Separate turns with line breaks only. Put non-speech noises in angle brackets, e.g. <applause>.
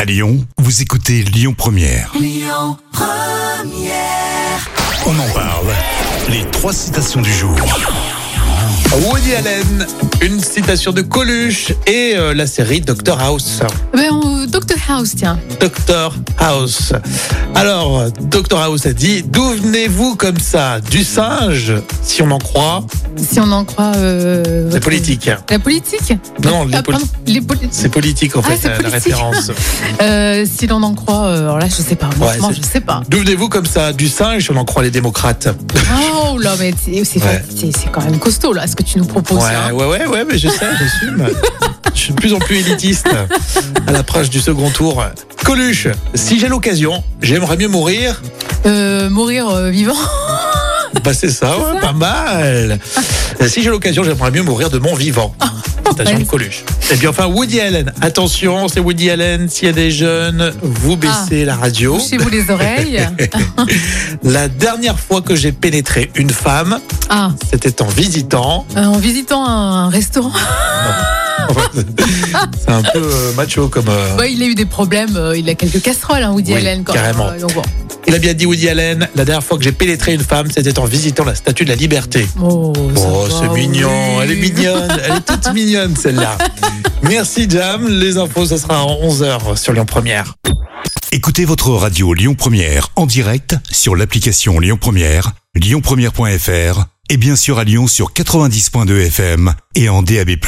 À Lyon, vous écoutez Lyon Première. On en parle. Les trois citations du jour.
Woody Allen, une citation de Coluche et euh, la série Doctor House.
Ben, on- Dr House, tiens.
Doctor House. Alors, Doctor House a dit D'où venez-vous comme ça Du singe Si on en croit,
Si on en croit. euh,
c'est
votre-
politique.
La politique
Non, les
Ah,
poli-
pardon, les poli-
C'est politique en
Ah,
fait,
c'est
la- la
politique.
référence.
<laughs> Euh, si l'on en croit. euh, alors là, je sais pas. Franchement,
c'est-
je sais pas.
D'où venez-vous comme ça Du singe Si on en croit les démocrates.
<laughs> Oh là, mais c'est c'est-
Ouais.
c'est- c'est quand même costaud, là, ce que tu nous proposes.
Ouais,
hein.
ouais, ouais, ouais, mais je sais, j'assume. Je suis de plus en plus élitiste à l'approche du second tour. Coluche, si j'ai l'occasion, j'aimerais mieux mourir
Euh, mourir euh, vivant.
Bah c'est ça, ouais, pas <laughs> mal. Euh, si j'ai l'occasion, j'aimerais mieux mourir de mon vivant. Citation de
ouais.
Coluche. Et bien enfin, Woody Allen. Attention, c'est Woody Allen. S'il y a des jeunes, Ah. vous baissez la
<laughs>
radio.
Bouchez-vous
<laughs>
les oreilles.
La dernière fois que j'ai pénétré une femme,
Ah,
c'était en <laughs> visitant.
euh, en visitant un restaurant.
Ah. c'est un peu euh, macho comme. euh,
Bah, il a eu des problèmes. euh, il a quelques casseroles, hein, Woody
Oui,
Allen, quand
carrément.
même. Euh, donc bon.
Il a bien dit Woody Allen. La dernière fois que j'ai pénétré une femme, c'était en visitant la Statue de la Liberté.
Oh, ça
Oh,
va,
c'est
oui.
mignon, elle est mignonne, elle est toute mignonne
<laughs>
celle-là. Merci Jam, les infos, ce sera en 11h sur Lyon Première.
Écoutez votre radio Lyon Première en direct sur l'application Lyon Première, lyonpremière.fr et bien sûr à Lyon sur 90.2 FM et en DAB+.